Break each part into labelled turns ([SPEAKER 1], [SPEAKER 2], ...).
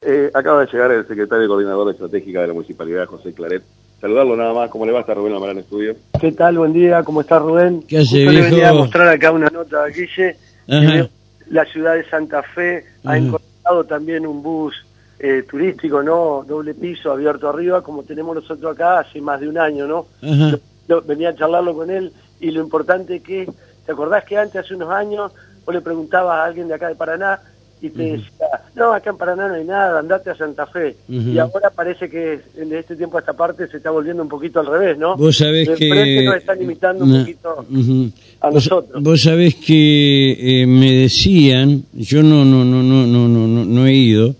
[SPEAKER 1] Eh, acaba de llegar el secretario y coordinador estratégica de la municipalidad, José Claret. Saludarlo nada más. ¿Cómo le va? Está Rubén Amaral en estudio.
[SPEAKER 2] ¿Qué tal? Buen día, ¿cómo estás Rubén?
[SPEAKER 3] ¿Qué hace,
[SPEAKER 2] Justo le
[SPEAKER 3] viejo?
[SPEAKER 2] venía a mostrar acá una nota a Guille.
[SPEAKER 3] Ajá.
[SPEAKER 2] La ciudad de Santa Fe ha
[SPEAKER 3] Ajá.
[SPEAKER 2] encontrado también un bus eh, turístico, ¿no? Doble piso, abierto arriba, como tenemos nosotros acá hace más de un año, ¿no?
[SPEAKER 3] Ajá.
[SPEAKER 2] Yo- yo venía a charlarlo con él y lo importante que, ¿te acordás que antes, hace unos años, vos le preguntabas a alguien de acá de Paraná y te decía, no, acá en Paraná no hay nada, andate a Santa Fe.
[SPEAKER 3] Ujú.
[SPEAKER 2] Y ahora parece que de este tiempo a esta parte se está volviendo un poquito al revés, ¿no?
[SPEAKER 3] Vos sabés
[SPEAKER 2] De
[SPEAKER 3] que...
[SPEAKER 2] frente nos están limitando un
[SPEAKER 3] Nah.
[SPEAKER 2] poquito
[SPEAKER 3] Ujú.
[SPEAKER 2] a
[SPEAKER 3] Vos-
[SPEAKER 2] nosotros.
[SPEAKER 3] Vos sabés que eh, me decían, yo no, no, no, no, no, no, no, no he ido,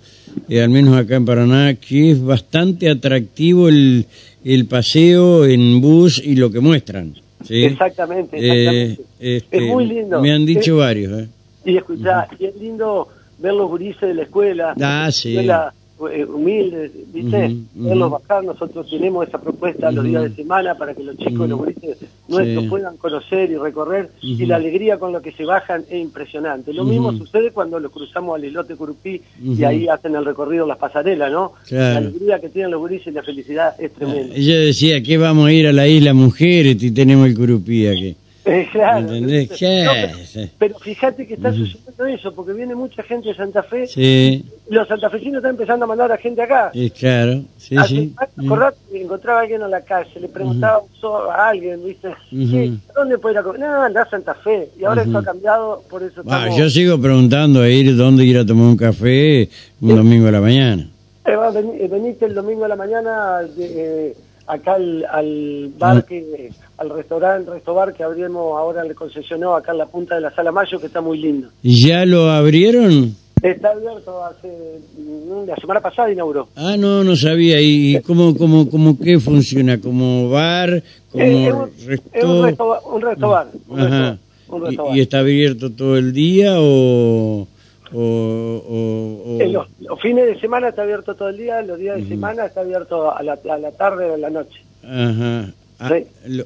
[SPEAKER 3] eh, al menos acá en Paraná, que es bastante atractivo el, el paseo en bus y lo que muestran. ¿sí?
[SPEAKER 2] Exactamente,
[SPEAKER 3] Eh,
[SPEAKER 2] exactamente.
[SPEAKER 3] este,
[SPEAKER 2] es muy lindo.
[SPEAKER 3] Me han dicho
[SPEAKER 2] Es-
[SPEAKER 3] varios. eh.
[SPEAKER 2] Y escuchá, y es lindo ver los gurises de la escuela,
[SPEAKER 3] Ah, sí.
[SPEAKER 2] escuela eh, humilde, ¿viste?
[SPEAKER 3] Ujú, ujú.
[SPEAKER 2] Verlos bajar, nosotros tenemos esa propuesta los
[SPEAKER 3] Ujú.
[SPEAKER 2] días de semana para que los chicos, los gurises nuestros puedan conocer y recorrer,
[SPEAKER 3] Ujú.
[SPEAKER 2] y la alegría con la que se bajan es impresionante. Lo mismo
[SPEAKER 3] Ujú.
[SPEAKER 2] sucede cuando los cruzamos al islote Curupí
[SPEAKER 3] Ujú.
[SPEAKER 2] y ahí hacen el recorrido en las pasarelas, ¿no?
[SPEAKER 3] Claro. Ah,
[SPEAKER 2] La alegría que tienen los gurises y la felicidad es tremenda.
[SPEAKER 3] Ella decía que vamos a ir a la isla Mujeres y tenemos el curupí aquí.
[SPEAKER 2] Eh, claro.
[SPEAKER 3] ¿Entendés?
[SPEAKER 2] ¿viste? No,
[SPEAKER 3] ¿Qué?
[SPEAKER 2] pero, pero fíjate que está sucediendo eso, porque viene mucha gente de Santa Fe.
[SPEAKER 3] Sí,
[SPEAKER 2] Los santafesinos están empezando a mandar a gente acá.
[SPEAKER 3] es claro. Sí,
[SPEAKER 2] Hace
[SPEAKER 3] sí. Mm.
[SPEAKER 2] rato, acordate, encontraba a alguien en la calle, le preguntaba so- a alguien, ¿viste? Sí, ¿a ¿dónde puede ir a comer? No, andá a Santa Fe. Y ahora esto ha cambiado, por eso
[SPEAKER 3] Ah,
[SPEAKER 2] estamos...
[SPEAKER 3] yo sigo preguntando a ir dónde ir a tomar un café un domingo a la mañana.
[SPEAKER 2] Eh, va, vení- eh, veniste el domingo a la mañana de, eh, acá al, al
[SPEAKER 3] Mm.
[SPEAKER 2] bar, que, al restaurante, restobar que abrimos ahora, le concesionó acá en la punta de la Sala Mayo, que está muy lindo.
[SPEAKER 3] ¿Ya lo abrieron?
[SPEAKER 2] Está abierto hace... mm, La semana pasada inauguró.
[SPEAKER 3] Ah, no, no sabía. ¿Y cómo, cómo, cómo qué funciona? ¿Como bar?
[SPEAKER 2] Eh, es un-
[SPEAKER 3] ¿Como
[SPEAKER 2] es un
[SPEAKER 3] resto? Mm.
[SPEAKER 2] resto- un restobar, un
[SPEAKER 3] Ajá.
[SPEAKER 2] restobar, un
[SPEAKER 3] ¿Y-
[SPEAKER 2] restobar.
[SPEAKER 3] ¿Y, está abierto todo el día o...? o, o- o-
[SPEAKER 2] En Eh, los, los fines de semana está abierto todo el día, los días de semana está abierto a la, a la tarde o a la noche.
[SPEAKER 3] Ajá. Ah,
[SPEAKER 2] Sí.
[SPEAKER 3] lo-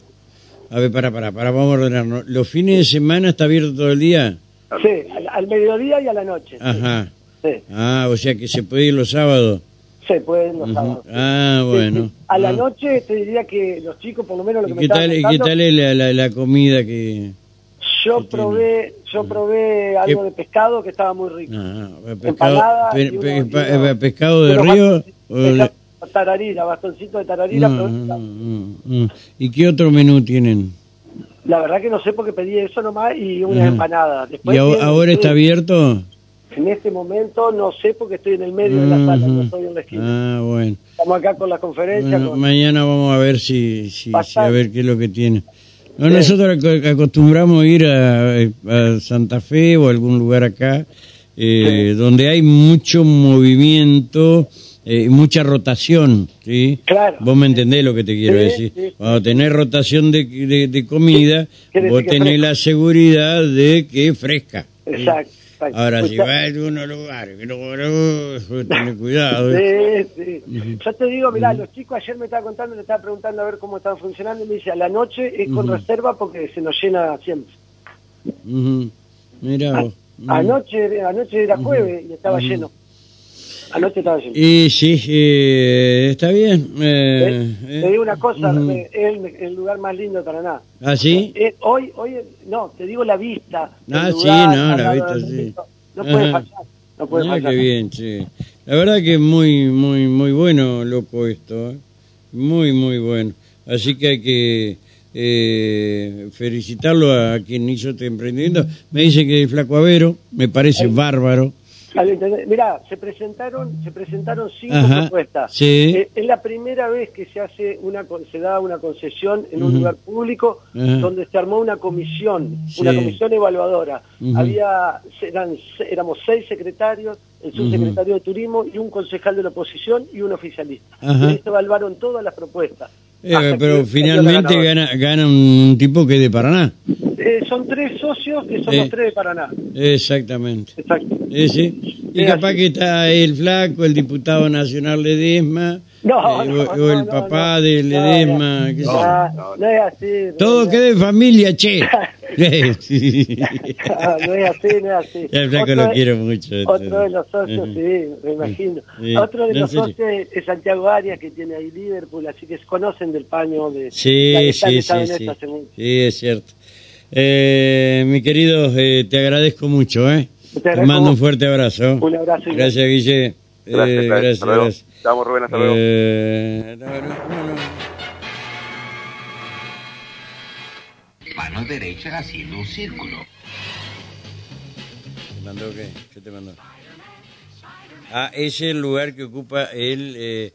[SPEAKER 3] a ver, para, para, para, vamos a ordenarnos. ¿Los fines de semana está abierto todo el día?
[SPEAKER 2] Sí, al, al mediodía y a la noche. sí,
[SPEAKER 3] Ajá.
[SPEAKER 2] Sí,
[SPEAKER 3] Ah, o sea que se puede ir los sábados.
[SPEAKER 2] se pueden los sábados.
[SPEAKER 3] Ah,
[SPEAKER 2] Sí,
[SPEAKER 3] bueno.
[SPEAKER 2] sí. A la
[SPEAKER 3] Ah.
[SPEAKER 2] noche te diría que los chicos, por lo menos lo que
[SPEAKER 3] ¿Y
[SPEAKER 2] me
[SPEAKER 3] qué
[SPEAKER 2] estaban
[SPEAKER 3] tal, y qué
[SPEAKER 2] contando,
[SPEAKER 3] tal es la, la, la comida que...?
[SPEAKER 2] yo probé, yo probé algo
[SPEAKER 3] ¿Qué?
[SPEAKER 2] de pescado que estaba muy rico.
[SPEAKER 3] Ah, pescado,
[SPEAKER 2] Empanada
[SPEAKER 3] pe-
[SPEAKER 2] y uno-
[SPEAKER 3] pe-
[SPEAKER 2] y
[SPEAKER 3] pa-
[SPEAKER 2] uno-
[SPEAKER 3] eh, pescado de
[SPEAKER 2] unos
[SPEAKER 3] río.
[SPEAKER 2] bastoncitos
[SPEAKER 3] o le- Mm,
[SPEAKER 2] de Tararira, bastoncito de tararira,
[SPEAKER 3] No,
[SPEAKER 2] probé.
[SPEAKER 3] no, no, no. ¿Y qué otro menú tienen?
[SPEAKER 2] la verdad que no sé porque pedí eso nomás y unas
[SPEAKER 3] Ajá.
[SPEAKER 2] empanadas. Después
[SPEAKER 3] Mm. ¿Y aho-
[SPEAKER 2] tienen-
[SPEAKER 3] ahora está abierto?
[SPEAKER 2] En este momento no sé porque estoy en el medio de la sala, no estoy en la esquina.
[SPEAKER 3] Ah, bueno.
[SPEAKER 2] Estamos acá con la conferencia.
[SPEAKER 3] Bueno,
[SPEAKER 2] con-
[SPEAKER 3] mañana vamos a ver si, si- si,
[SPEAKER 2] Bastante.
[SPEAKER 3] a ver qué es lo que tiene. No, nosotros ac- acostumbramos ir a, a Santa Fe o algún lugar acá eh, donde hay mucho movimiento, eh, mucha rotación, ¿sí?
[SPEAKER 2] Claro.
[SPEAKER 3] Vos me entendés lo que te quiero
[SPEAKER 2] Sí,
[SPEAKER 3] decir.
[SPEAKER 2] sí, sí.
[SPEAKER 3] Cuando tenés rotación de, de- de comida,
[SPEAKER 2] Quiere
[SPEAKER 3] vos
[SPEAKER 2] decir que es
[SPEAKER 3] tenés
[SPEAKER 2] fresco.
[SPEAKER 3] la seguridad de que es fresca. ¿sí?
[SPEAKER 2] Exacto. exacto.
[SPEAKER 3] eh,
[SPEAKER 2] Pues
[SPEAKER 3] Ahora, si
[SPEAKER 2] Escuchá-
[SPEAKER 3] vas a unos lugares, que no, no, tenés cuidado. ¿eh?
[SPEAKER 2] Sí, sí. Yo te digo, mirá, los chicos ayer me estaban contando, le estaba preguntando a ver cómo estaban funcionando y me dice, a la noche es con reserva porque se nos llena siempre.
[SPEAKER 3] Ujú. Mirá vos.
[SPEAKER 2] Ah, Anoche, anoche era jueves y estaba lleno. Anoche estaba lleno.
[SPEAKER 3] Y sí, eh, está bien. Eh,
[SPEAKER 2] Eh, Te digo una cosa,
[SPEAKER 3] ujú.
[SPEAKER 2] eh, es el, el lugar más lindo para nada.
[SPEAKER 3] ¿Ah, sí?
[SPEAKER 2] Eh, hoy, hoy, no, te digo la vista. el
[SPEAKER 3] Ah, sí,
[SPEAKER 2] lugar,
[SPEAKER 3] no,
[SPEAKER 2] al
[SPEAKER 3] la
[SPEAKER 2] lado
[SPEAKER 3] vista,
[SPEAKER 2] del
[SPEAKER 3] sí.
[SPEAKER 2] río. No puede
[SPEAKER 3] Ajá.
[SPEAKER 2] fallar, no puede
[SPEAKER 3] Mirá
[SPEAKER 2] fallar.
[SPEAKER 3] qué bien, che. La verdad que es muy, muy, muy bueno, loco, esto. eh. Muy, muy bueno. Así que hay que eh, felicitarlo a quien hizo este emprendimiento. Me dice que el Flaco Avero me parece bárbaro.
[SPEAKER 2] Al entender- Mirá, se presentaron, se presentaron cinco
[SPEAKER 3] Ajá,
[SPEAKER 2] propuestas.
[SPEAKER 3] sí.
[SPEAKER 2] Eh, es la primera vez que se hace una con- se da una concesión en un lugar público
[SPEAKER 3] Ajá.
[SPEAKER 2] donde se armó una comisión,
[SPEAKER 3] Sí.
[SPEAKER 2] una comisión evaluadora.
[SPEAKER 3] Ujú.
[SPEAKER 2] Había eran, éramos seis secretarios, el subsecretario de turismo y un concejal de la oposición y un oficialista.
[SPEAKER 3] Ajá.
[SPEAKER 2] Y se evaluaron todas las propuestas.
[SPEAKER 3] Eh,
[SPEAKER 2] Hasta que
[SPEAKER 3] pero
[SPEAKER 2] salió
[SPEAKER 3] finalmente
[SPEAKER 2] la ganadora.
[SPEAKER 3] gana, gana un tipo que es de Paraná.
[SPEAKER 2] Eh, son tres socios que son
[SPEAKER 3] Sí.
[SPEAKER 2] los tres de Paraná.
[SPEAKER 3] Exactamente.
[SPEAKER 2] Exacto.
[SPEAKER 3] Eh, sí. Y
[SPEAKER 2] Es
[SPEAKER 3] capaz
[SPEAKER 2] así.
[SPEAKER 3] que está el flaco, el diputado nacional Ledesma,
[SPEAKER 2] No,
[SPEAKER 3] eh,
[SPEAKER 2] no,
[SPEAKER 3] o,
[SPEAKER 2] no,
[SPEAKER 3] o el
[SPEAKER 2] no,
[SPEAKER 3] papá
[SPEAKER 2] no.
[SPEAKER 3] de
[SPEAKER 2] No,
[SPEAKER 3] Ledesma,
[SPEAKER 2] no,
[SPEAKER 3] qué sé yo.
[SPEAKER 2] no, no es así.
[SPEAKER 3] Todo
[SPEAKER 2] no.
[SPEAKER 3] queda en familia, che. Sí.
[SPEAKER 2] Ah, no es así, no es así.
[SPEAKER 3] El flaco
[SPEAKER 2] Otro
[SPEAKER 3] lo
[SPEAKER 2] de-
[SPEAKER 3] quiero mucho. este.
[SPEAKER 2] Otro de los socios,
[SPEAKER 3] Ajá.
[SPEAKER 2] sí, me imagino.
[SPEAKER 3] Sí.
[SPEAKER 2] Otro de
[SPEAKER 3] No,
[SPEAKER 2] los
[SPEAKER 3] en serio.
[SPEAKER 2] socios es Santiago Arias, que tiene ahí Liverpool, así que conocen del paño de... ya que
[SPEAKER 3] Sí,
[SPEAKER 2] están,
[SPEAKER 3] sí, sí,
[SPEAKER 2] saben
[SPEAKER 3] sí.
[SPEAKER 2] esto hace mucho.
[SPEAKER 3] Sí, es cierto. Eh, mi querido, eh, te agradezco mucho. Eh.
[SPEAKER 2] Te
[SPEAKER 3] Te
[SPEAKER 2] agradezco
[SPEAKER 3] mando un
[SPEAKER 2] vos.
[SPEAKER 3] fuerte abrazo.
[SPEAKER 2] Un abrazo y
[SPEAKER 3] Gracias, Guille. Eh,
[SPEAKER 1] Gracias, Claret.
[SPEAKER 3] gracias.
[SPEAKER 1] Hasta luego. Estamos, Rubén, hasta luego.
[SPEAKER 3] Eh, no, no, no, no.
[SPEAKER 4] Mano derecha haciendo un círculo.
[SPEAKER 3] ¿Te mandó qué? ¿Qué te mandó? Ah, es el lugar que ocupa él eh,